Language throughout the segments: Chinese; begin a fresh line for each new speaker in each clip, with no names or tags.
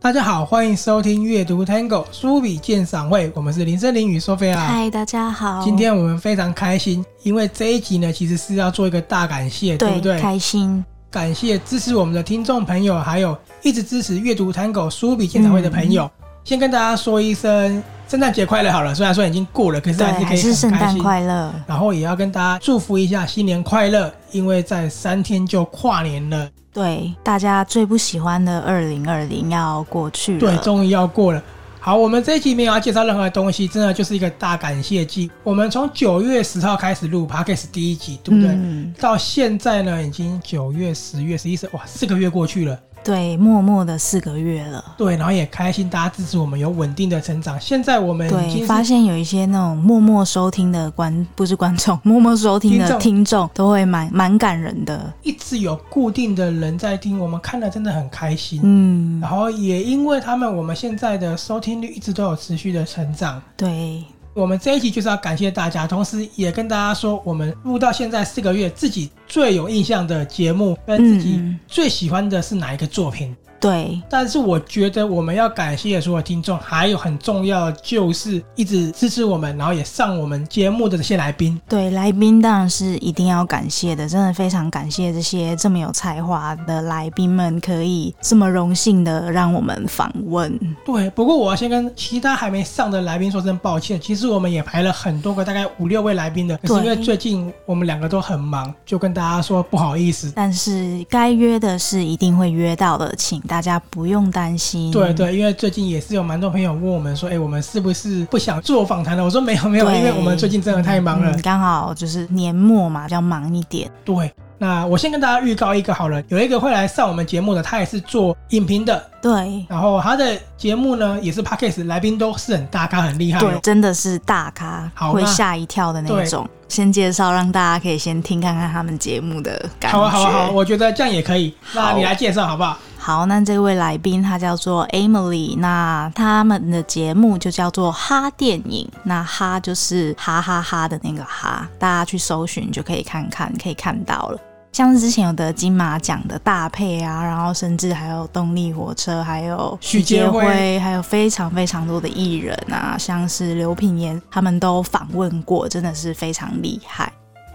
大家好，欢迎收听阅读 Tango 书笔鉴赏会，我们是林森林与索菲亚。
嗨，大家好。
今天我们非常开心，因为这一集呢，其实是要做一个大感谢，对
对
不对？
开心，
感谢支持我们的听众朋友，还有一直支持阅读 Tango 书笔鉴赏会的朋友。
嗯
先跟大家说一声圣诞节快乐好了，虽然说已经过了，可是
对，
还是可
还
以
是圣
很开
诞
心。
快乐，
然后也要跟大家祝福一下新年快乐，因为在三天就跨年了，
对大家最不喜欢的二零二零要过去
对，
了，
终于要过了。好，我们这一集没有要介绍任何东西，真的就是一个大感谢季。我们从九月十号开始录 podcast 第一集，对不对？
嗯，
到现在呢，已经九月、十月、十一、十，哇，四个月过去了。
对，默默的四个月了，
对，然后也开心大家支持我们有稳定的成长。现在我们已
对，
经
发
是
现有一些那种默默收听的观，不是观众， 默默收听
听
的
众
听众都会蛮蛮感人的，
一直有固定的人在听，我们看了真的很开心。
嗯，
然后也因为他们，我们现在的收听率一直都有持续的成长。
对，
我们这一集就是要感谢大家，同时也跟大家说，我们录到现在四个月，自己最有印象的节目跟自己
嗯，
最喜欢的是哪一个作品。
对，
但是我觉得我们要感谢所有听众，还有很重要的就是一直支持我们，然后也上我们节目的这些来宾。
对，来宾当然是一定要感谢的，真的非常感谢这些这么有才华的来宾们，可以这么荣幸的让我们访问。
对，不过我要先跟其他还没上的来宾说声抱歉。其实我们也排了很多个，大概五六位来宾的，可是因为
对
最近我们两个都很忙，就跟大家说不好意思。
但是该约的是一定会约到的，请大家不用担心。
对对，因为最近也是有蛮多朋友问我们说，哎，我们是不是不想做访谈了？我说没有没有，
对
因为我们最近真的太忙了。
嗯刚好就是年末嘛，比较忙一点。
对，那我先跟大家预告一个好了，有一个会来上我们节目的，他也是做影评的，
对
然后他的节目呢也是 podcast，来宾都是很大咖，很厉害、
对，
哦。
真的是大咖，
好
会
那
吓一跳的那
对
种。先介绍，让大家可以先听看看他们节目的感觉。
好啊，好啊，好啊，我觉得这样也可以。那
好
你来介绍好不好？
好，那这位来宾他叫做 Emily，那他们的节目就叫做哈电影，那哈就是哈哈哈的那个哈，大家去搜寻就可以看看，可以看到了。像是之前有得金马奖的大配啊，然后甚至还有动力火车，还有
许杰辉
辉，还有非常非常多的艺人啊，像是刘品言，他们都访问过，真的是非常厉害。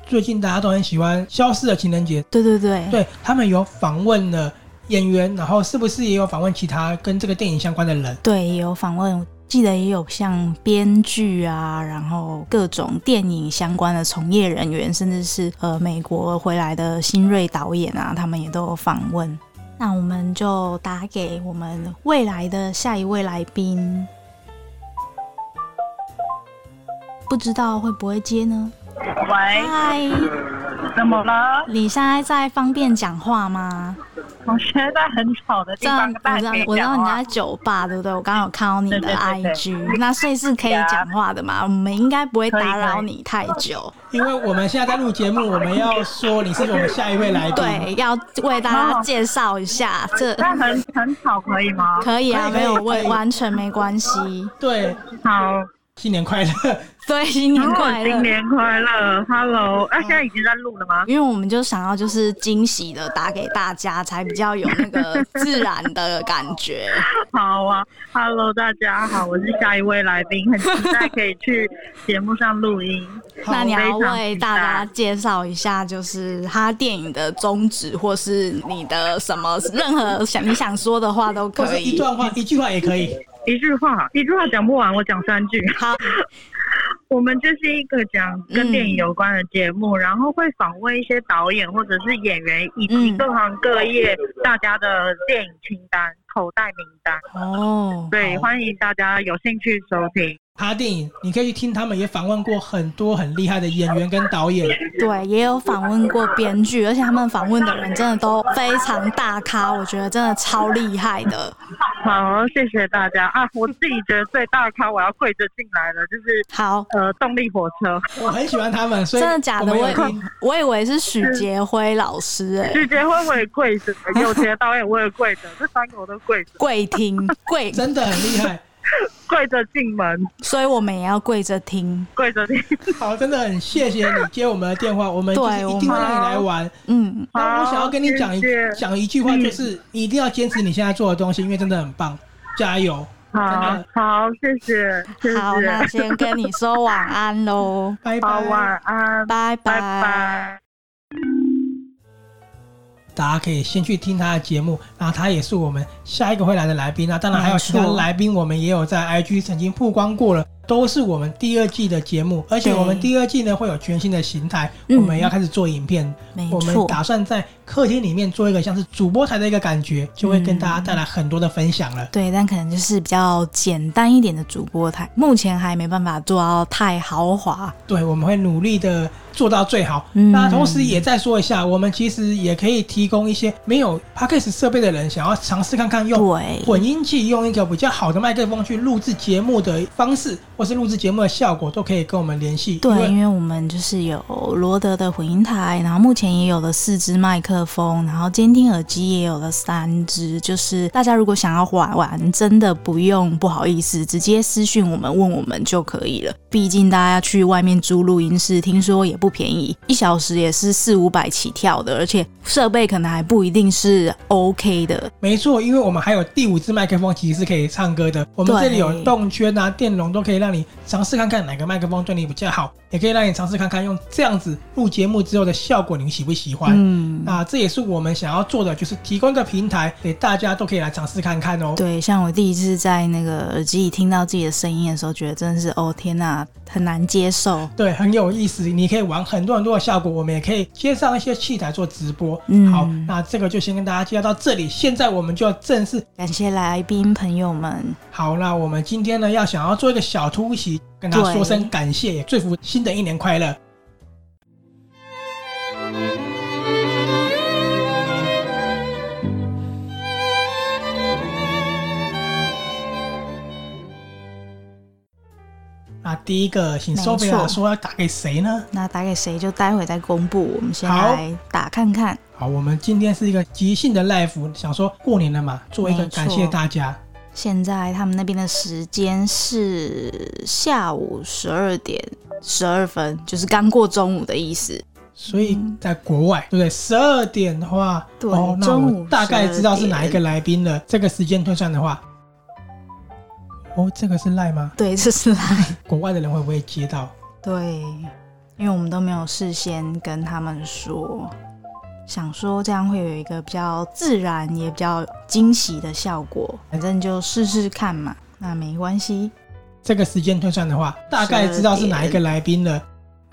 最近大家都很喜欢《消失的情人节》，
对对对，
对他们有访问了演员，然后是不是也有访问其他跟这个电影相关的人？
对，也有访问，记得也有像编剧啊，然后各种电影相关的从业人员，甚至是呃美国回来的新锐导演啊，他们也都有访问。那我们就打给我们未来的下一位来宾，不知道会不会接呢？
喂，
嗨，
怎么了？
你现在在方便讲话吗？
我现在在很吵的地
这样
方
我
跟
知道
大家可以
我知道
讲
你
话
在。酒吧对不对？我刚刚有看到你的
对对对啊对
IG，那所以是可以讲话的嘛？我们应该不会打扰你太久，
因为我们现在在录节目，我们要说你是我们下一位来宾。
嗯
对，要为大家
哦
介绍一下，这
但很很吵，哦可以吗？
可以
可
啊，
以可以
没有
可以
问，完全没关系。
对，
好，
新年快乐！
对，新年快
哦新
乐！
年快乐，Hello！啊，
嗯
现在已经在录了吗？
因为我们就想要就是惊喜的打给大家，才比较有那个自然的感觉。
好啊，Hello，大家好，我是下一位来宾，很期待可以去节目上录音。
好
那你要
非常
为
期
大家
待
介绍一下，就是他电影的宗旨，或是你的什么任何想你想说的话都
或
可
是一
以。
段话、一句话也可以。
一句话，一句话讲不完，我讲三句。
好，
我们就是一个讲
嗯
跟电影有关的节目，然后会访问一些导演或者是演员，以及
嗯
各行各业大家的电影清单、口袋名单。
哦，
对，
好
欢迎大家有兴趣收听。
他电影，你可以去听他们也访问过很多很厉害的演员跟导演。
对，也有访问过编剧，而且他们访问的人真的都非常大咖，我觉得真的超厉害的。
好，谢谢大家啊！我自己觉得最大咖，我要跪着进来了，就是
好，
呃，动力火车，
我很喜欢他们，所以
真的假的？
我
我
们
以
有听
我以为是许杰辉老师、欸，哎，
许杰辉我也跪着，有钱导演我也跪着，这三个我都跪着，
跪听 跪，
真的很厉 害，
跪着进门，
所以我们也要跪着听。
跪着进。
好，真的很谢谢你接我们的电话，我们就是
对
一定会让你来玩。
嗯，
好
但我想要跟你讲一
谢谢
讲一句话，就是你一定要坚持你现在做的东西，因为真的很棒。加油，
好好，谢谢，谢
好，那
谢，
先跟你说晚安喽，
拜
好
拜，
晚安，
拜
拜拜。
大家可以先去听他的节目，然后他也是我们下一个会来的来宾。那当然还有其他
没错
来宾，我们也有在 IG 曾经曝光过了，都是我们第二季的节目，而且
对
我们第二季呢会有全新的形态，
嗯
我们要开始做影片，
没
我们
错，
打算在客厅里面做一个像是主播台的一个感觉，就会跟
嗯
大家带来很多的分享了。
对，但可能就是比较简单一点的主播台，目前还没办法做到太豪华，
对，我们会努力的做到最好。
嗯
那同时也再说一下，我们其实也可以提供一些没有 podcast 设备的人想要尝试看看用
对，
混音器，用一个比较好的麦克风去录制节目的方式，或是录制节目的效果，都可以跟我们联系。因
对，因
为
为我们就是有罗德的混音台，然后目前也有了四支麦克风，然后监听耳机也有了三支。就是大家如果想要玩玩，真的不用不好意思，直接私讯我们问我们就可以了。毕竟大家去外面租录音室，听说也不便宜，一小时也是四五百起跳的，而且设备可能还不一定是 OK 的。
没错，因为我们还有第五支麦克风，其实是可以唱歌的。我们
对
这里有动圈啊、电容，都可以让你尝试看看哪个麦克风对你比较好，也可以让你尝试看看用这样子录节目之后的效果，你喜不喜欢？
嗯，
啊，这也是我们想要做的，就是提供一个平台给大家都可以来尝试看看哦。
对，像我第一次在那个耳机里听到自己的声音的时候，觉得真的是哦天呐，很难接受。
对，很有意思，你可以玩很多很多的效果，我们也可以接上一些器材做直播。
嗯
好，那这个就先跟大家介绍到这里，现在我们就要正式。
感谢来宾朋友们，
好，那我们今天呢，要想要做一个小突袭，跟大家说声
对
感谢，也祝福新的一年快乐。那第一个，请
没
收费
错
啊，说要打给谁呢？
那打给谁就待会再公布。我们先
好
来打看看，
好，我们今天是一个即兴的 live，想说过年了嘛，做一个
没错
感谢大家。
现在他们那边的时间是下午十二点十二分，就是刚过中午的意思。
所以在国外，对不对？十二点的话，
嗯对
哦，那
中午
我大概知道是
12
哪一个来宾了。这个时间推算的话，哦，这个是赖吗？
对，这是来
国外的人会不会接到？
对，因为我们都没有事先跟他们说，想说这样会有一个比较自然也比较惊喜的效果。反正就试试看嘛，那没关系。
这个时间推算的话，大概知道是哪一个来宾了。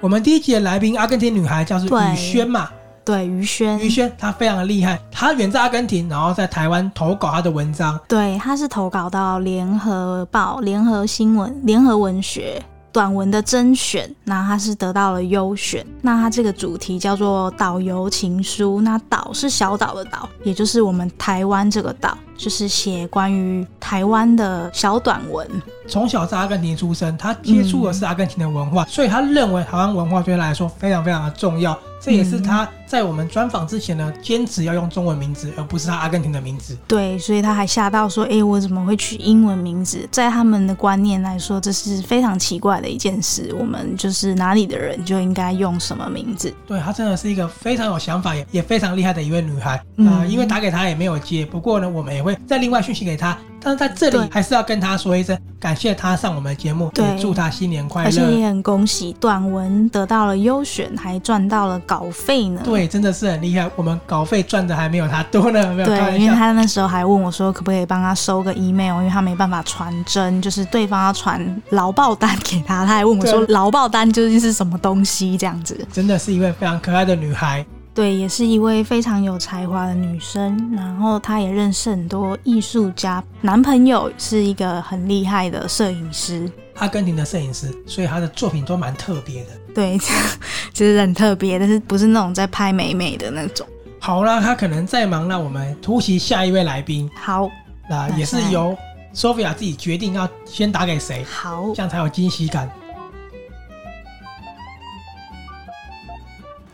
我们第一集的来宾，阿根廷女孩叫做
对
雨轩嘛，
对，于轩，
雨轩她非常的厉害，她远在阿根廷，然后在台湾投稿她的文章，
对，他是投稿到《联合报》《联合新闻》《联合文学》短文的甄选，那他是得到了优选。那他这个主题叫做“导游情书”，那岛是小岛的岛，也就是我们台湾这个岛，就是写关于台湾的小短文。
从小在阿根廷出生，他接触的是阿根廷的文化，所以他认为台湾文化对他来说非常非常的重要。这也是他在我们专访之前呢，坚持要用中文名字，而不是他阿根廷的名字。
对，所以他还吓到说：“诶，我怎么会取英文名字？”在他们的观念来说，这是非常奇怪的一件事。我们就是哪里的人就应该用什么名字。
对她真的是一个非常有想法，也也非常厉害的一位女孩。
嗯
啊、因为打给她也没有接，不过呢，我们也会再另外讯息给她。但是在这
对
里还是要跟她说一声，感谢她上我们的节目，
对
也祝她新年快
而且
乐。
也很恭喜短文得到了优选，还赚到了稿费呢。
对，啊真的是很厉害，我们稿费赚的还没有她多呢，没有开
对，
玩
因为
笑。
他那时候还问我说，可不可以帮他收个 email，因为他没办法传真，就是对方要传劳报单给他，他还问我说
对
劳报单究竟是什么东西这样子。
真的是一位非常可爱的女孩。
对，也是一位非常有才华的女生，然后她也认识很多艺术家，男朋友是一个很厉害的摄影师。
阿根廷的摄影师，所以他的作品都蛮特别的。
对， 就是很特别，但是不是那种在拍美美的那种。
好啦，他可能在忙，那我们突袭下一位来宾，
好，
那
那
也是
现在
由 Sophia 自己决定要先打给谁，
好
这，样才有惊喜感。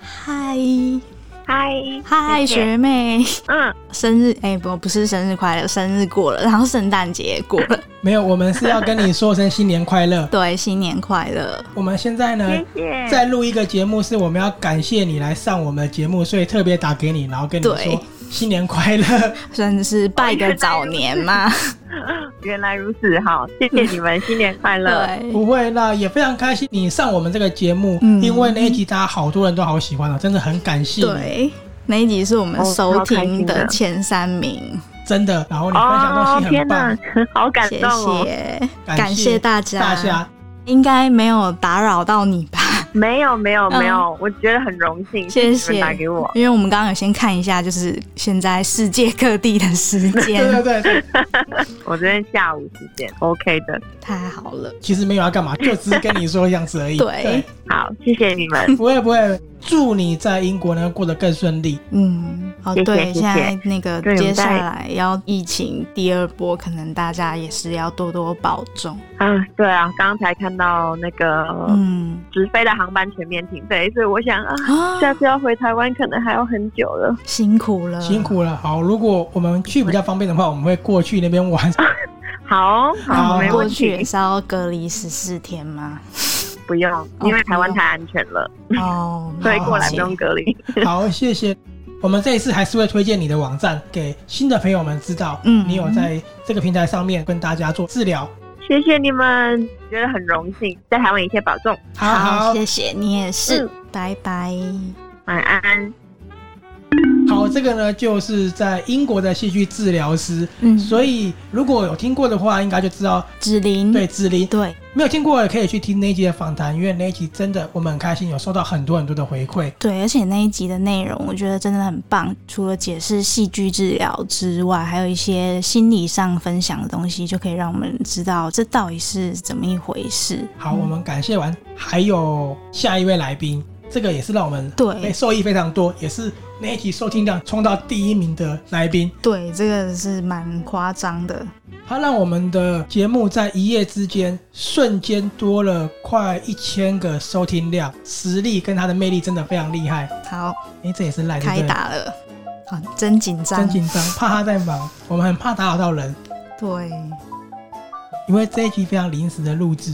嗨
嗨
嗨，
谢谢
学妹，
嗯，
生日哎、不不是生日快乐，生日过了，然后圣诞节也过了，。
没有，我们是要跟你说声新年快乐
对，新年快乐，
我们现在呢，
谢谢，
再录一个节目，是我们要感谢你来上我们的节目，所以特别打给你，然后跟你
对
说新年快乐。
算是拜个早年嘛，
原来如此，好，谢谢你们，新年快乐！
对，
不会，那也非常开心你上我们这个节目，
嗯
因为那一集大家好多人都好喜欢啊，真的很感谢你，
对，那一集是我们
哦
收
超开
听
心
的
的
前三名，
真的。然后你分享的
哦
东，西
天
很棒，，
好感
谢
动哦！
谢，
感
感
谢
谢大家，
大家
应该没有打扰到你吧？
没有没有
嗯
没有，我觉得很荣幸，
谢
你
谢，
们打给我。
因为我们刚刚有先看一下，就是现在世界各地的时
对
间，
对对，
我这边下午时间 OK 的，
太好了，
其实没有要干嘛，就只是跟你说这样子而已。，
对，
好，谢谢你 们
不会不会，祝你在英国能够过得更顺利。
嗯，哦，
谢谢
对，
谢谢
现在那个
对
接
我们
下
在
来要疫情第二波，可能大家也是要多多保重，
啊，对啊，刚才看到那个
嗯
直飞的航班全面停飞，所以我想啊，
啊，
下次要回台湾可能还要很久了。
辛苦了，
辛。苦了，好，如果我们去比较方便的话，我们会过去那边玩。
好
好
好，没
过
问
去也
题，
是要隔离十四天 吗？
不用，因为台湾太安全了，
哦，
所以
了
过来
解
不用隔离。
好，谢谢。我们这一次还是会推荐你的网站给新的朋友们知道，
嗯
你有在这个平台上面跟大家做治疗。
谢谢你们，觉得很荣幸，在台湾一切保重，
好好
谢谢你也是
嗯，
拜拜。
晚安。
好，这个呢就是在英国的戏剧治疗师，
嗯，
所以如果有听过的话，应该就知道
子琳，
对志玲。
对，
没有听过的可以去听那一集的访谈，因为那一集真的我们很开心，有收到很多很多的回馈。
对，而且那一集的内容我觉得真的很棒，除了解释戏剧治疗之外，还有一些心理上分享的东西，就可以让我们知道这到底是怎么一回事。
好，我们感谢完，还有下一位来宾，这个也是让我们
对
哎受益非常多，也是那一集收听量冲到第一名的来宾，
对这个是蛮夸张的，
他让我们的节目在一夜之间瞬间多了快一千个收听量，实力跟他的魅力真的非常厉害。
好，
哎、这也是赖
开
对不对？
打了，好，真紧张，
真紧张，怕他在忙，我们很怕打扰到人，
对，
因为这一集非常临时的录制。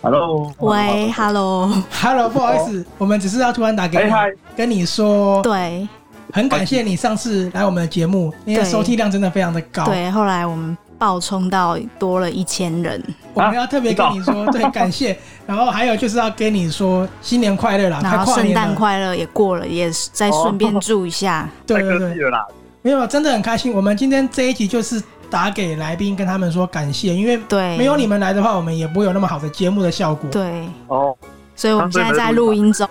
Hello，
喂，Hello，
Hello，不好意思，我们只是要突然打给
哎
你
嗨，
跟你说，
对
很感谢你上次来我们的节目，你的
对
收听量真的非常的高。
对，后来我们爆冲到多了一千人，
我们要特别啊跟你说，对，感 谢。然后还有就是要跟你说新年快乐啦，啊快
然后
跨
圣
年
诞
了。哦
快乐也过了，也是再顺便祝一下，
对
太
对
客气
对，
了啦，
没有，真的很开心。我们今天这一集就是打给来宾，跟他们说感谢，因为
对，
没有你们来的话，我们也不会有那么好的节目的效果。
对，
哦，
所以我们现在在录音中。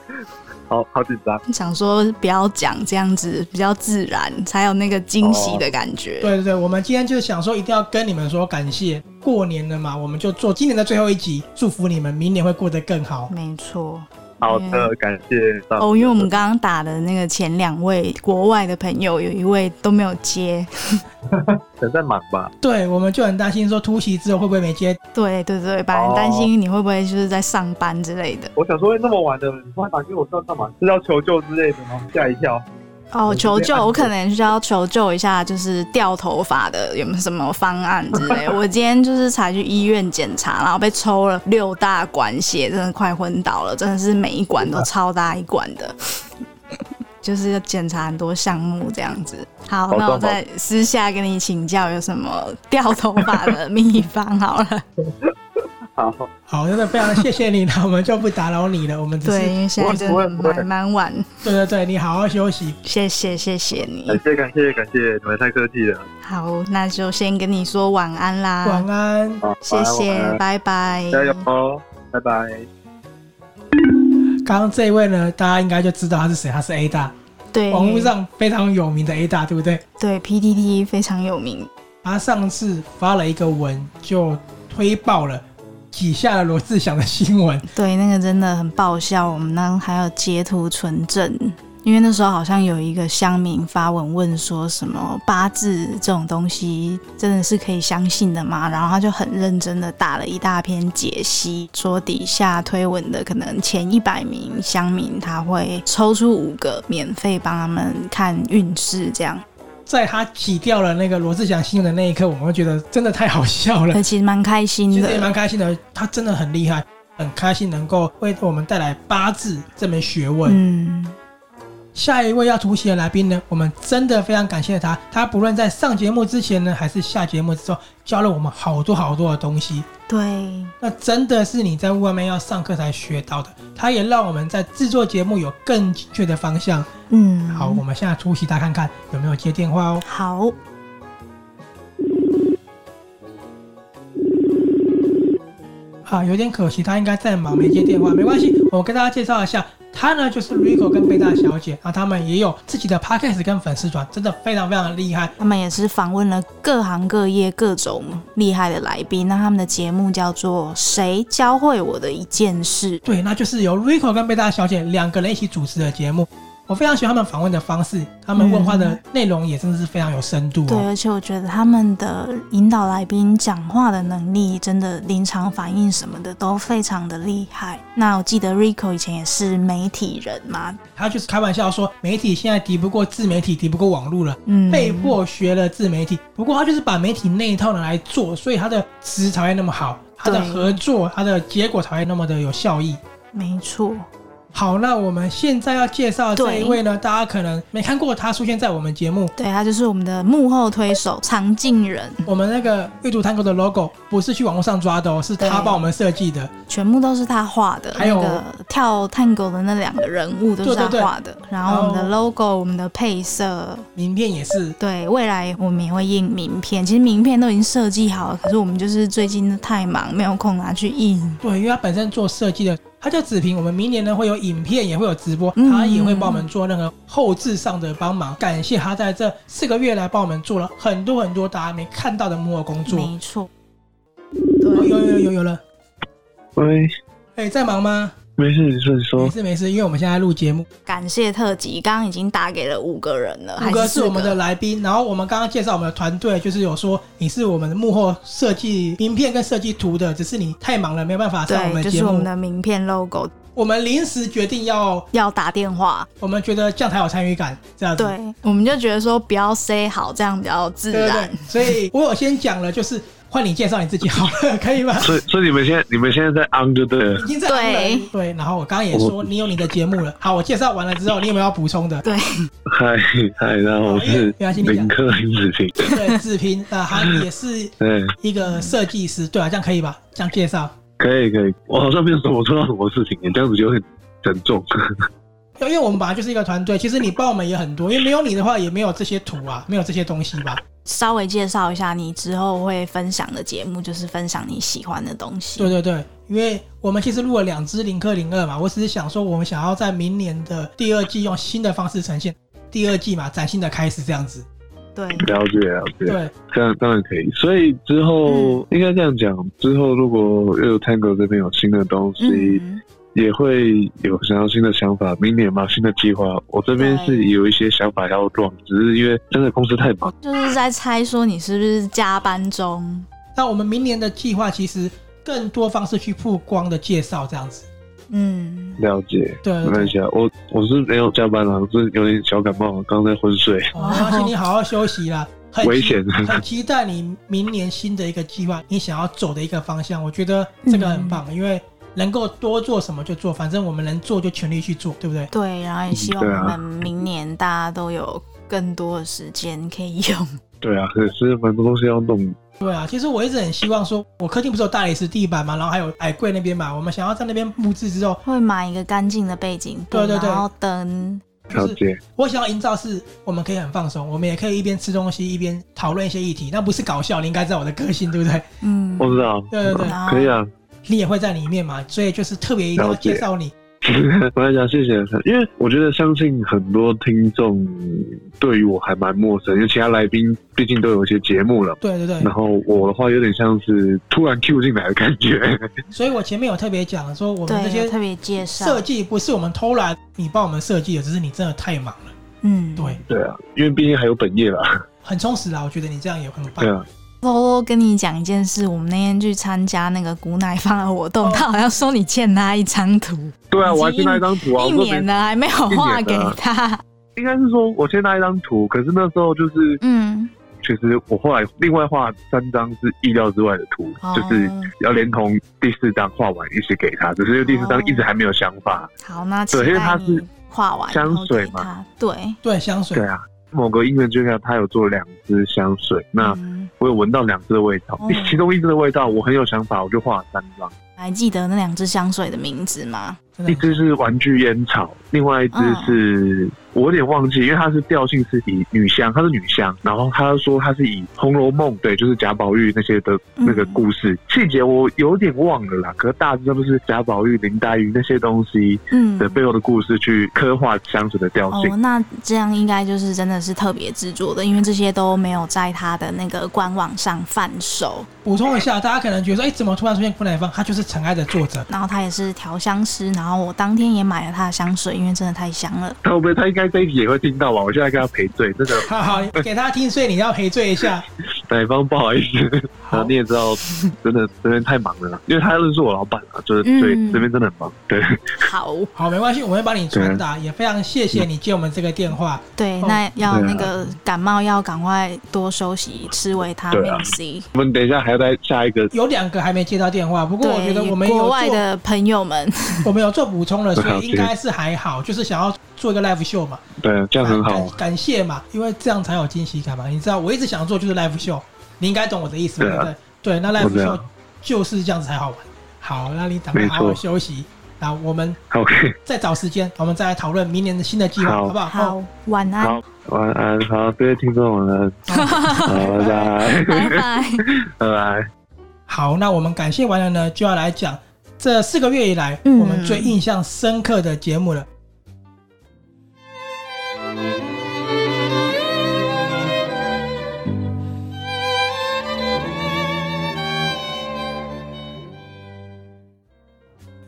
好好紧张，
想说不要讲这样子，比较自然，才有那个惊喜的感觉。
对对对，我们今天就是想说，一定要跟你们说感谢。过年了嘛，我们就做今年的最后一集，祝福你们明年会过得更好。
没错。
好的，感谢上
哦，因为我们刚刚打的那个前两位国外的朋友，有一位都没有接。
可能在忙吧，
对，我们就很担心说突袭之后会不会没接。
对对对，本来担
哦
心你会不会就是在上班之类的。
我想说，哎那么晚的，你突然打给我是要干嘛？是要求救之类的吗？吓一跳，
哦，
我
求
这
救，
边按
我可能需要求救一下，就是掉头发的有没有什么方案之类。 我今天就是才去医院检查，然后被抽了六大管血，真的快昏倒了，真的是每一管都超大一管的。就是要检查很多项目这样子。好，
好
那我
的
再私下跟你请教有什么掉头发的秘方好 了。
好，
好，真的非常谢谢你，那我们就不打扰你了。我们只是
对，因为现在真
不会
的
不会不会
蛮蛮晚，
对对对，你好好休息。
谢谢谢谢你
感。谢感谢感谢，你们太客气了，
好，那就先跟你说晚安啦。
晚安。
好，
嗯谢
晚安
谢，
晚安
拜拜，
加油哦，拜拜。
刚刚这一位呢，大家应该就知道他是谁，他是 A 大，
对，
网络上非常有名的 A 大，对不对？
对 PTT 非常有名，
他上次发了一个文，就推爆了几下了罗志祥的新闻。
对，那个真的很爆笑。我们那还有截图存证，因为那时候好像有一个乡民发文问说什么八字这种东西真的是可以相信的吗？然后他就很认真的打了一大篇解析，说底下推文的可能前一百名乡民他会抽出五个免费帮他们看运势这样。
在他挤掉了那个罗志祥新闻的那一刻，我们会觉得真的太好笑了
那，其实蛮开心
其
的
实也，蛮开心的。他真的很厉害，很开心能够为我们带来八字这门学问。
嗯，
下一位要出席的来宾呢，我们真的非常感谢他。他不论在上节目之前呢，还是下节目之后，教了我们好多好多的东西。
对，
那真的是你在外面要上课才学到的。它也让我们在制作节目有更精确的方向。
嗯，
好，我们现在出席他看看有没有接电话哦。
好，
啊，有点可惜，他应该在忙，没接电话，没关系，我跟大家介绍一下，他呢就是 Rico 跟贝大小姐，啊，他们也有自己的 podcast 跟粉丝团，真的非常非常厉害。
他们也是访问了各行各业各种厉害的来宾，那他们的节目叫做《谁教会我的一件事》。
对，那就是由 Rico 跟贝大小姐两个人一起主持的节目。我非常喜欢他们访问的方式，他们问话的内容也真的是非常有深度
嗯对，
哦。
而且我觉得他们的引导来宾讲话的能力，真的临场反应什么的都非常的厉害。那我记得 Rico 以前也是媒体人嘛，
他就是开玩笑说，媒体现在敌不过自媒体，敌不过网络了，
嗯，
被迫学了自媒体。不过他就是把媒体那一套拿来做，所以他的词才会那么好，他的
对
合作，他的结果才会那么的有效益。
没错，
好，那我们现在要介绍这一位呢，大家可能没看过他出现在我们节目。
对他就是我们的幕后推手常进人，
我们那个阅读探戈的 logo 不是去网络上抓的哦，是他
对
帮我们设计的。
全部都是他画的，
还有
那个跳探戈的那两个人物都是他
对对对
画的，然后我们的 logo、我们的配色，
名片也是，
对未来我们也会印名片，其实名片都已经设计好了，可是我们就是最近太忙，没有空拿去印。
对，因为他本身做设计的，他叫子平。我们明年呢会有影片，也会有直播，
嗯
他也会帮我们做任何后置上的帮忙。感谢他在这四个月来帮我们做了很多很多大家没看到的幕后工作。
没错，
哦、有
对，
有有有有了，
喂，
哎、在忙吗？
没事，你说
嗯
你
没
说。
事没事，因为我们现在录节目，
感谢特辑，刚刚已经打给了五个人了，还
五哥
四
是我们的来宾，然后我们刚刚介绍我们的团队，就是有说你是我们的幕后设计名片跟设计图的，只是你太忙了没有办法上我们的
对，就
节
是我
目。
们的名片 logo
我们临时决定要，
要打电话，
我们觉得这样才有参与感，这样子。
对，我们就觉得说不要 say 好，这样比较自
嗯对对
然。
对，所以我有先讲了，就是换你介绍你自己好了，可以吗？
所以所以你们现在你们现在在 on 就对了
已。经在忙了
对
对，然后我刚刚也说你有你的节目了。好，我介绍完了之后，你有没有要补充的？
对，
嗨嗨，大家好，我是
没
哦
关系你讲
林克林子晴。
对，志平，呃，他也是
对，
一个设计师，对啊，这样可以吧？这样介绍，
可以可以，我好像没有什么做到什么事情耶，这样子就很沉重。
因为我们本来就是一个团队，其实你帮我们也很多，因为没有你的话，也没有这些图啊，没有这些东西吧？
稍微介绍一下你之后会分享的节目，就是分享你喜欢的东西。
对对对，因为我们其实录了两支零克零二嘛，我只是想说，我们想要在明年的第二季用新的方式呈现第二季嘛，崭新的开始这样子。
对
了解了解。
对，嗯
这样当然可以。所以之后、应该这样讲，之后如果又有 Tango 这边有新的东西，
嗯，
也会有想要新的想法。明年嘛，新的计划，我这边是
对
有一些想法要撞，只是因为真的公司太忙，
就是在猜说你是不是加班中。
那我们明年的计划其实更多方式去曝光的介绍这样子。
嗯，
了解。
对
没
对
关
对。
系啊，我我是没有加班了，我是有点小感冒，刚才昏睡，
哦，而且你好好休息 啦。很
危
期
险
很期待你明年新的一个计划，你想要走的一个方向，我觉得这个很
嗯
棒，因为能够多做什么就做，反正我们能做就全力去做，对不对？
对，然后也希望
对啊
我们明年大家都有更多的时间可以用。
对啊，可是蛮多东西要弄，
对啊，其实我一直很希望说，我客厅不是有大理石地板嘛，然后还有矮柜那边嘛，我们想要在那边布置之后，
会买一个干净的背景布，
对对对
然后灯，
就
了
是
解，
我想要营造是我们可以很放松，我们也可以一边吃东西一边讨论一些议题，那不是搞笑，你应该知道我的个性，对不对？
嗯，
我知道，
对对对，
然后
哦可以啊。
你也会在里面嘛，所以就是特别一定要介绍你。
我来讲，谢谢，因为我觉得相信很多听众对于我还蛮陌生，因为其他来宾毕竟都有一些节目了。
对对对
然，后我的话有点像是突然 Q 进来的感觉，
所以我前面有特别讲说，我们这
对，有
些
特别介绍，
设计不是我们偷懒，你帮我们设计的，只是你真的太忙了。
嗯，
对，，
对啊，因为毕竟还有本业
啊
啦，
很充实啦，我觉得你这样也很棒
对。啊，
偷偷跟你讲一件事，我们那天去参加那个古奶坊的活动，
哦
他好像说你欠他一张图，
对
已
啊，
经
我还去那一张图啊，我
一
说
年
没，
了还没有画
一
给
年了
他。
应该是说我去那一张图，可是那时候就是，
嗯，
其实我后来另外画三张是意料之外的图，
哦
就是要连同第四张画完一起给他，只是第四张
哦
一直还没有想法，
好，那期
对因为
待
他是
你画完
香
然后
水
给
嘛
他，对，
对，香水
对，啊，某个音乐剧上他有做两支香水，那
嗯
我有闻到两支的味道，
哦
一其中一支的味道我很有想法，我就画了三张，
还记得那两支香水的名字吗？
真
一
的
支是玩具烟草，另外一支
哦
是、我有点忘记，因为它是调性是以女香，它是女香，然后他说它是以《红楼梦》对，就是贾宝玉那些的
嗯
那个故事细节我有点忘了啦，可是大致上就是贾宝玉、林黛玉那些东西
嗯，
的背后的故事去刻画香水的调性。
哦，那这样应该就是真的是特别制作的，因为这些都没有在他的那个官网上贩售。
补充一下，大家可能觉得说，哎、怎么突然出现傅乃芳？他就是《尘埃》的作者。
然后他也是调香师，然后我当天也买了他的香水，因为真的太香了。
他会不会他应该这一集也会听到吧？我现在跟他赔罪，真的
好好，给他听，所以你要赔罪一下。
哪方不好意思。然后你也知道，真的这边太忙了啦，因为他认识我老板啊，就是
嗯
所以这边真的很忙。对，
好，
好，没关系，我们会帮你传达，也非常谢谢你接我们这个电话。
对，
哦
那要
对
那
啊
个感冒要赶快多休息，吃维他
对啊
命 C。
我们等一下还要再下一个，
有两个还没接到电话，不过我觉得我们有
国
做
外的朋友们，
我们有做补充了，所
好
以应该是还好，就是想要做一个 live show 嘛，
对，这样很好
感。感谢嘛，因为这样才有惊喜感嘛。你知道我一直想做就是 live show，你应该懂我的意思吧，对
对
不
啊
对？对，那
我
live
知
show
道
就是这样子才好玩。好，那你赶快
没
好好
错
休息，然后我们
OK，
再找时间，我们再来讨论明年的新的计划，
好
好不好？
好，晚安
好，，晚安，好，各位听众晚安，
好，
好，拜拜，
拜拜。
拜拜。
好，那我们感谢完了呢，就要来讲这四个月以来
嗯
我们最印象深刻的节目了。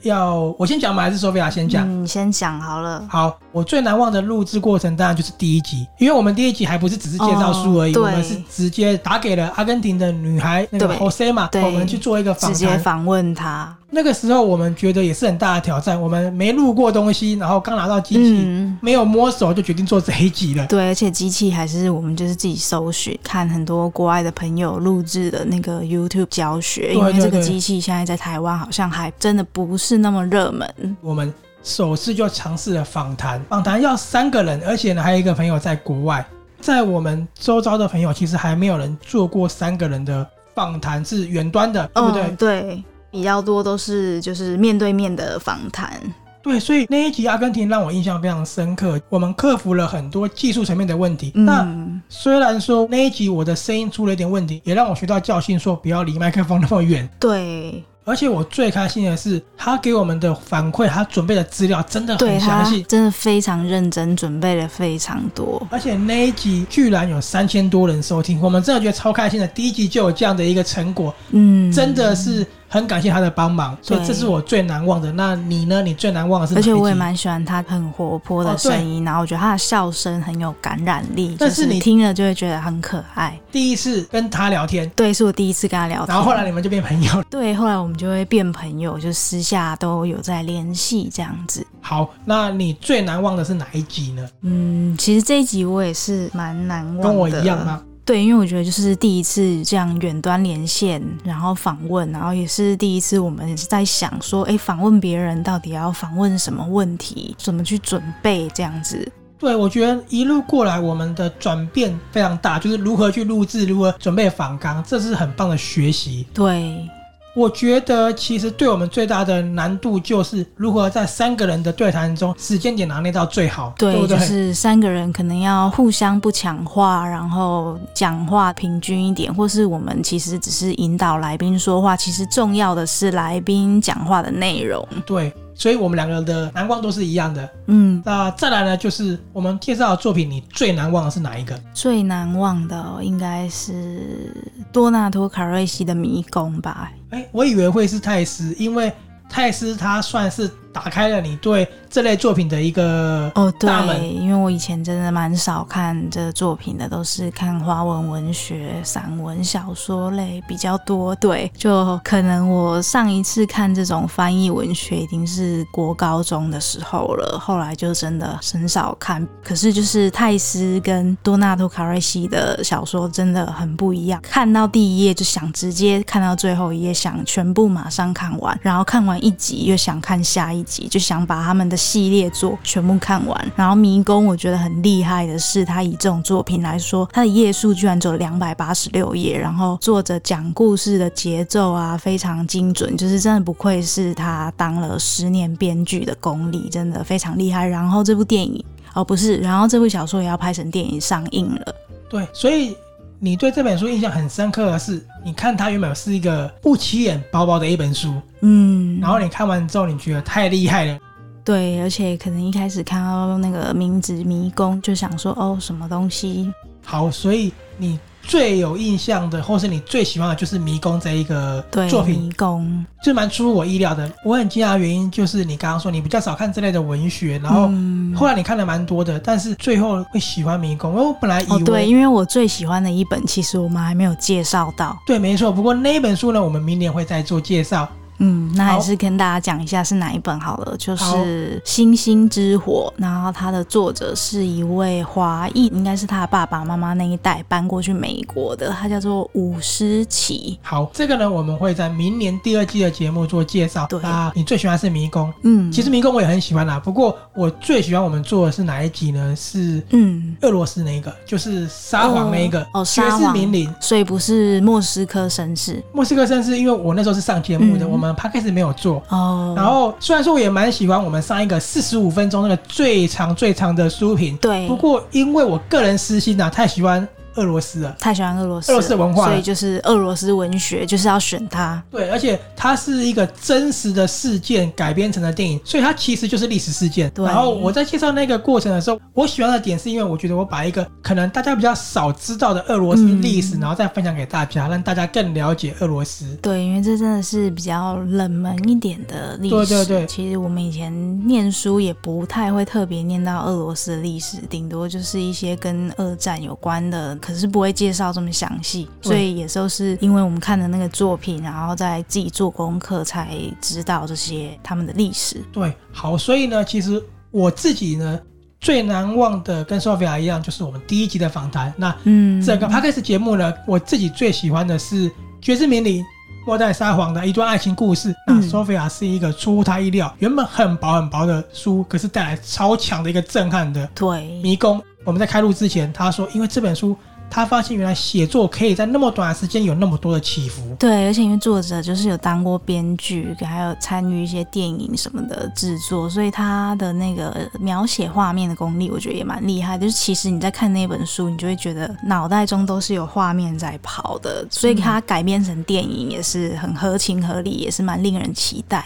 要我先讲吗？还是索菲亚先讲？
嗯，先讲好了。
好，我最难忘的录制过程当然就是第一集，因为我们第一集还不是只是介绍书而已，
哦对
我们是直接打给了阿根廷的女孩那个
对
Jose 嘛，
对
我们去做一个访
直接
谈。
访问他，
那个时候我们觉得也是很大的挑战，我们没录过东西，然后刚拿到机器，
嗯，
没有摸手就决定做这一集了。
对，而且机器还是我们就是自己搜寻，看很多国外的朋友录制的那个 YouTube 教学，因为
对对
这个
对
机器现在在台湾好像还真的不是那么热门。
我们首次就尝试了访谈，访谈要三个人，而且呢还有一个朋友在国外，在我们周遭的朋友其实还没有人做过三个人的访谈是远端的，对不对？
嗯，对，比较多都是就是面对面的访谈。
对，所以那一集阿根廷让我印象非常深刻。我们克服了很多技术层面的问题。那
嗯，
虽然说那一集我的声音出了一点问题，也让我学到教训，说不要离麦克风那么远。
对，
而且我最开心的是，他给我们的反馈，他准备的资料真的
对
很详
他
细。
真的非常认真，准备了非常多。
而且那一集居然有三千多人收听，我们真的觉得超开心的。第一集就有这样的一个成果，
嗯，
真的是很感谢他的帮忙，所以
对
这是我最难忘的。那你呢？你最难忘的是哪
而
一集？
且我也蛮喜欢他很活泼
哦
的
对
声音，然后我觉得他的笑声很有感染力，
但
就是
你
听了就会觉得很可爱。
第一次跟他聊天，
对，是我第一次跟他聊天，
然后后来你们就变朋友了。
对，后来我们就会变朋友，就私下都有在联系这样子。
好，那你最难忘的是哪一集呢？
嗯，其实这一集我也是蛮难忘的，
跟我一样吗？
对，因为我觉得就是第一次这样远端连线，然后访问，然后也是第一次我们在想说，哎，访问别人到底要访问什么问题，怎么去准备这样子。
对，我觉得一路过来，我们的转变非常大，就是如何去录制，如何准备访纲，这是很棒的学习。
对，
我觉得其实对我们最大的难度就是如何在三个人的对谈中，时间点拿捏到最好，对不对？
对，就是三个人可能要互相不抢话，然后讲话平均一点，或是我们其实只是引导来宾说话，其实重要的是来宾讲话的内容。
对，所以我们两个的难忘都是一样的。
嗯，
那再来呢，就是我们介绍的作品，你最难忘的是哪一个？
最难忘的哦、应该是多纳托卡瑞西的《迷宫》吧。
哎，我以为会是泰斯，因为泰斯他算是打开了你对这类作品的一个
哦，对
大，门。
因为我以前真的蛮少看这作品的，都是看华文文学、散文、小说类比较多。对，就可能我上一次看这种翻译文学已经是国高中的时候了，后来就真的很少看。可是就是泰斯跟多纳托卡瑞西的小说真的很不一样，看到第一页就想直接看到最后一页，想全部马上看完，然后看完一集又想看下一集，就想把他们的系列作全部看完。然后《迷宫》我觉得很厉害的是，它以这种作品来说，它的页数居然只有两百八十六页，然后作者讲故事的节奏啊非常精准，就是真的不愧是他当了十年编剧的功力，真的非常厉害。然后这部电影哦不是，然后这部小说也要拍成电影上映了。
对，所以你对这本书印象很深刻的是，你看它原本是一个不起眼、薄薄的一本书，
嗯，
然后你看完之后，你觉得太厉害了，
对，而且可能一开始看到那个名字《迷宫》，就想说哦什么东西，
好，所以你最有印象的，或是你最喜欢的就是《迷宫》这一个
对，
作品
迷，宫，
这蛮出乎我意料的。我很惊讶的原因就是你刚刚说你比较少看这类的文学，然后
嗯
后来你看的蛮多的，但是最后会喜欢《迷宫》，因为我本来以为、
哦对，因为我最喜欢的一本，其实我们还没有介绍到，
对没错。不过那一本书呢，我们明年会再做介绍。
嗯，那
好
还是跟大家讲一下是哪一本好了，就是
好
《星星之火》，然后它的作者是一位华裔，应该是他的爸爸妈妈那一代搬过去美国的，他叫做伍思琪。
好，这个呢，我们会在明年第二季的节目做介绍。
对
那你最喜欢是《迷宫》？
嗯，
其实《迷宫》我也很喜欢啦，不过我最喜欢我们做的是哪一集呢？是
嗯，
俄罗斯那一个，就是撒谎那一个，
哦，
学
沙
士
皇
名伶。
所以不是莫斯科绅士
莫斯科绅士，因为我那时候是上节目的，
嗯
我们 p a c k a g e 没有做。
哦。
然后虽然说我也蛮喜欢我们上一个四十五分钟那个最长最长的书评，
对
不过因为我个人私心啊，太喜欢俄罗斯了。
太喜欢俄罗斯了，
俄罗斯的文化了
所以就是俄罗斯文学就是要选它。
对，而且它是一个真实的事件改编成的电影，所以它其实就是历史事件。
对
然后我在介绍那个过程的时候，我喜欢的点是因为我觉得我把一个可能大家比较少知道的俄罗斯历史，然后再分享给大家，让大家更了解俄罗斯。
对，因为这真的是比较冷门一点的历史。
对对对
其实我们以前念书也不太会特别念到俄罗斯的历史，顶多就是一些跟二战有关的，可是不会介绍这么详细。
对
所以也都是因为我们看的那个作品，然后再自己做功课才知道这些他们的历史。
对，好，所以呢，其实我自己呢最难忘的跟 Sophia 一样，就是我们第一集的访谈。那
嗯，
整个 podcast 节目呢，我自己最喜欢的是《爵士名伶》。末代沙皇的一段爱情故事。那
嗯
Sophia 是一个出乎她意料，原本很薄很薄的书，可是带来超强的一个震撼的
对，
迷宫。我们在开录之前，她说，因为这本书，她发现原来写作可以在那么短的时间有那么多的起伏。
对，而且因为作者就是有当过编剧，还有参与一些电影什么的制作，所以他的那个描写画面的功力，我觉得也蛮厉害的。就是其实你在看那本书，你就会觉得脑袋中都是有画面在跑的，所以它改编成电影也是很合情合理，也是蛮令人期待。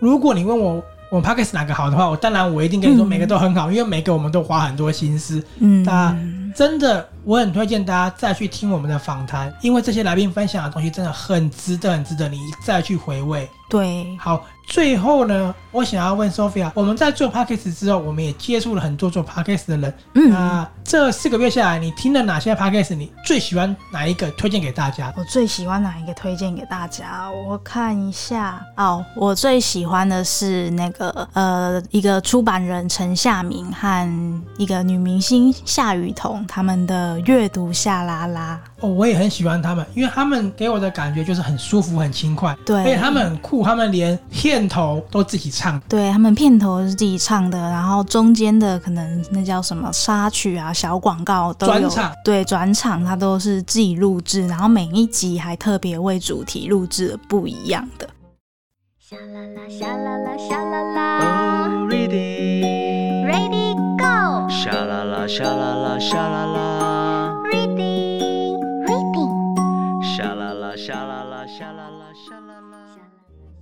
如果你问我我们 podcast 哪个好的话，我当然我一定跟你说
嗯
每个都很好，因为每个我们都花很多心思。
嗯，
大家真的，我很推荐大家再去听我们的访谈，因为这些来宾分享的东西真的很值得，很值得你再去回味。
对，
好，最后呢，我想要问 Sophia，我们在做 podcast 之后，我们也接触了很多做 podcast 的人。
嗯。
那这四个月下来，你听了哪些 podcast？你最喜欢哪一个？推荐给大家。
我最喜欢哪一个推荐给大家？我看一下哦，我最喜欢的是那个呃，一个出版人陈夏明和一个女明星夏雨桐他们的阅读夏拉拉。
哦，我也很喜欢他们，因为他们给我的感觉就是很舒服、很轻快，
对
而且他们很酷，他们连片头都自己唱。
对他们片头是自己唱的，然后中间的可能那叫什么插曲啊、小广告都有，
转场
对转场它都是自己录制，然后每一集还特别为主题录制了不一样的。
沙啦啦，沙啦啦，沙啦啦
Oh, reading.
，Ready Go
Sha la la, sha la la, sha la la.
Reading Reading。
Sha la la, sha la la, sha la la, sha la la.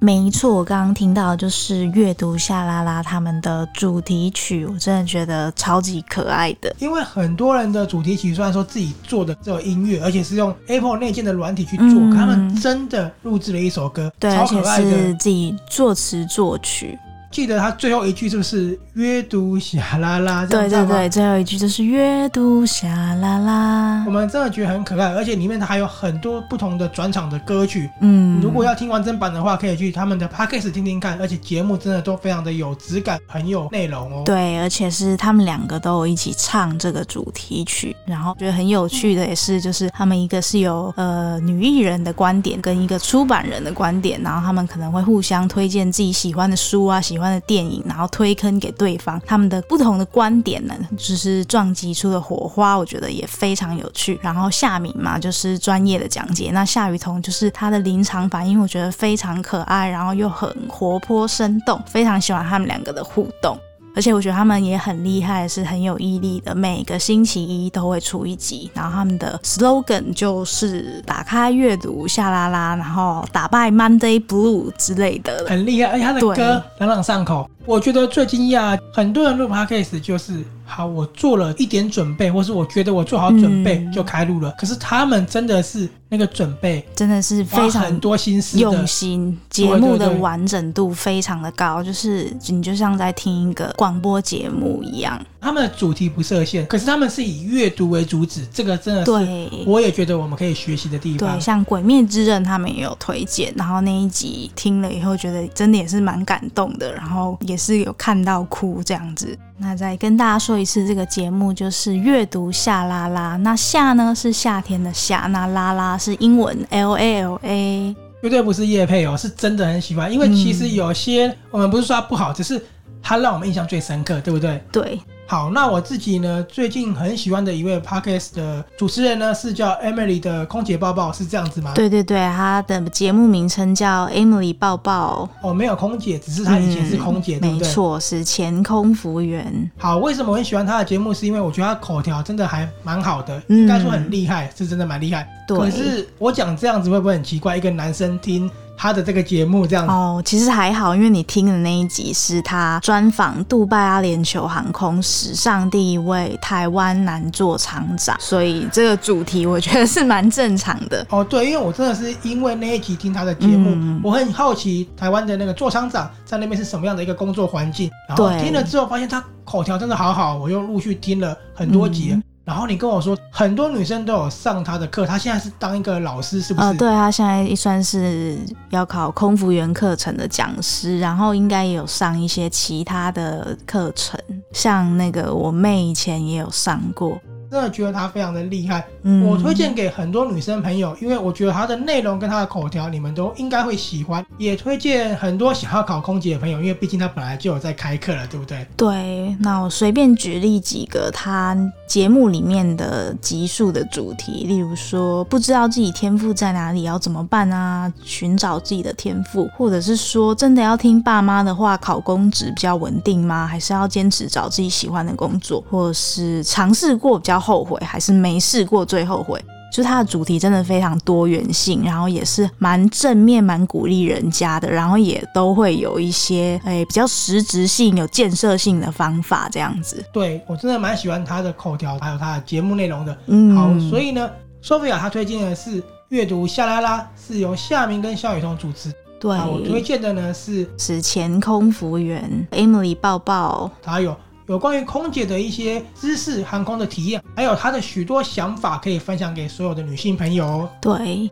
没错，我刚刚听到的就是阅读夏拉拉他们的主题曲，我真的觉得超级可爱的。
因为很多人的主题曲虽然说自己做的这种音乐，而且是用 Apple 内建的软体去做，
嗯
可他们真的录制了一首歌，
对，
超
而
可
且
爱
是
的。
自己作词作曲，
记得他最后一句是不是“阅读侠啦啦”？这样
对对
唱吗
对，，最后一句就是阅读侠啦啦
我。们真的觉得很可爱，而且里面它还有很多不同的转场的歌曲。
嗯，
如果要听完整版的话，可以去他们的 podcast 听听看，而且节目真的都非常的有质感，很有内容哦。
对，而且是他们两个都有一起唱这个主题曲，然后觉得很有趣的也是，就是他们一个是有呃女艺人的观点跟一个出版人的观点，然后他们可能会互相推荐自己喜欢的书啊、喜欢的电影，然后推坑给对方，他们的不同的观点呢，就是撞击出的火花，我觉得也非常有趣。然后夏敏嘛，就是专业的讲解，那夏雨桐就是她的临场反应，我觉得非常可爱，然后又很活泼生动，非常喜欢他们两个的互动。而且我觉得他们也很厉害，是很有毅力的。每个星期一都会出一集，然后他们的 slogan 就是打开阅读下拉拉，然后打败 Monday Blue 之类的。
很厉害，而且他的
对
歌朗朗上口。我觉得最惊讶，很多人录 podcast 就是好，我做了一点准备，或是我觉得我做好准备
嗯
就开录了。可是他们真的是那个准备
真的是
花
非常
很多心思的
用，心，节目的
对对
完整度非常的高，就是你就像在听一个广播节目一样。
他们的主题不设限，可是他们是以阅读为主旨，这个真的是
对，
我也觉得我们可以学习的地
对，
方。
像《鬼灭之刃》他们也有推荐，然后那一集听了以后，觉得真的也是蛮感动的，然后也是有看到哭这样子。那再跟大家说一次，这个节目就是阅读夏拉拉。那夏呢是夏天的夏，那拉拉是英文 L A L A。
绝对不是叶配哦，是真的很喜欢。因为其
嗯
实有些、我们不是说它不好，只是它让我们印象最深刻，对不对？
对，
好，那我自己呢，最近很喜欢的一位 podcast 的主持人呢，是叫 Emily 的空姐抱抱，是这样子吗？，
对对对，他的节目名称叫 Emily 抱抱。
哦，没有空姐，只是她以前是空姐，
嗯
对不
没
对？
错，是前空服员。
好，为什么我很喜欢她的节目？是因为我觉得她口条真的还蛮好的，
嗯
应该说很厉害，是真的蛮厉害。
对
可是我讲这样子会不会很奇怪？一个男生听她的这个节目这样子，
哦，其实还好，因为你听的那一集是他专访杜拜阿联酋航空史上第一位台湾男座厂长，所以这个主题我觉得是蛮正常的。
哦，对，因为我真的是因为那一集听他的节目，
嗯
我很好奇台湾的那个做厂长在那边是什么样的一个工作环境，然后
对
听了之后发现他口条真的好好，我又陆续听了很多集了。
嗯
然后你跟我说，很多女生都有上他的课，他现在是当一个老师，是不是？
呃，对他现在算是要考空服员课程的讲师，然后应该也有上一些其他的课程，像那个我妹以前也有上过。
真的觉得他非常的厉害。
嗯，
我推荐给很多女生朋友，因为我觉得他的内容跟他的口条，你们都应该会喜欢。也推荐很多想要考空姐的朋友，因为毕竟他本来就有在开课了，对不对？
对，那我随便举例几个他节目里面的集数的主题，例如说不知道自己天赋在哪里要怎么办啊，寻找自己的天赋，或者是说真的要听爸妈的话，考公职比较稳定吗？还是要坚持找自己喜欢的工作，或者是尝试过比较后悔，还是没试过最后悔？就它的主题真的非常多元性，然后也是蛮正面、蛮鼓励人家的，然后也都会有一些诶、比较实质性、有建设性的方法这样子。
对我真的蛮喜欢他的口条，还有他的节目内容的。
嗯，
好，所以呢，索菲亚她推荐的是阅读夏拉拉，是由夏明跟肖雨桐主持。
对
啊，，我推荐的呢是
是前空服员 Emily 抱抱，
它有有关于空姐的一些知识、航空的体验，还有她的许多想法可以分享给所有的女性朋友哦。
对，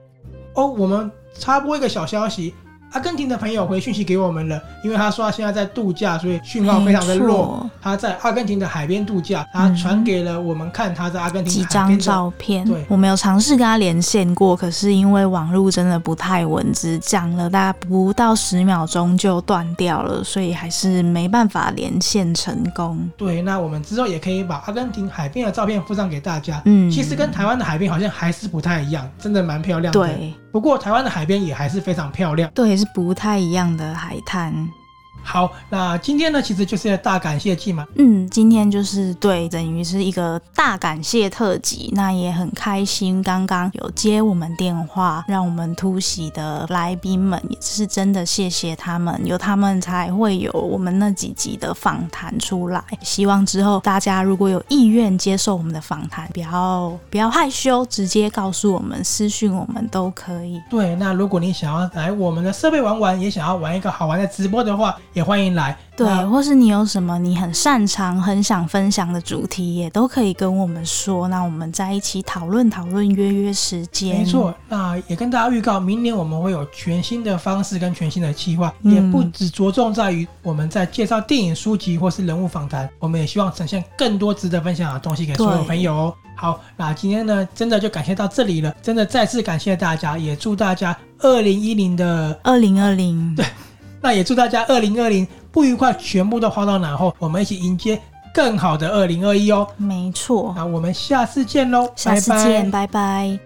哦，我们插播一个小消息。阿根廷的朋友回讯息给我们了，因为他说他现在在度假，所以讯号非常的
没
弱
错。
他在阿根廷的海边度假，他
嗯
传给了我们看他在阿根廷
几
海
张
边的
照片
对，
我没有尝试跟他连线过，可是因为网络真的不太稳，只讲了大概不到十秒钟就断掉了，所以还是没办法连线成功。
对，那我们之后也可以把阿根廷海边的照片附上给大家。
嗯
其实跟台湾的海边好像还是不太一样，真的蛮漂亮的。，
对
不过台湾的海边也还是非常漂亮。
对，是不太一样的海滩。
好，那今天呢，其实就是大感谢季嘛。
嗯，今天就是对，等于是一个大感谢特辑，那也很开心。刚刚有接我们电话，让我们突袭的来宾们也是真的谢谢他们，有他们才会有我们那几集的访谈出来。希望之后大家如果有意愿接受我们的访谈，不要不要害羞，直接告诉我们，私讯我们都可以。
对，那如果你想要来我们的设备玩玩，也想要玩一个好玩的直播的话，也欢迎来。
对，
那
或是你有什么你很擅长、很想分享的主题，也都可以跟我们说，那我们在一起讨论讨论，约约时间。
没错，，那也跟大家预告，明年我们会有全新的方式跟全新的计划，
嗯
也不只着重在于我们在介绍电影书籍或是人物访谈，我们也希望呈现更多值得分享的东西给所有
对
朋友哦。好，那今天呢，真的就感谢到这里了，真的再次感谢大家，也祝大家二零一零的，
二零二零，
那也祝大家二零二零不愉快全部都花到脑后，我们一起迎接更好的二零二一哦。
没错。
那我们下次见喽，
下次
拜拜
见，拜拜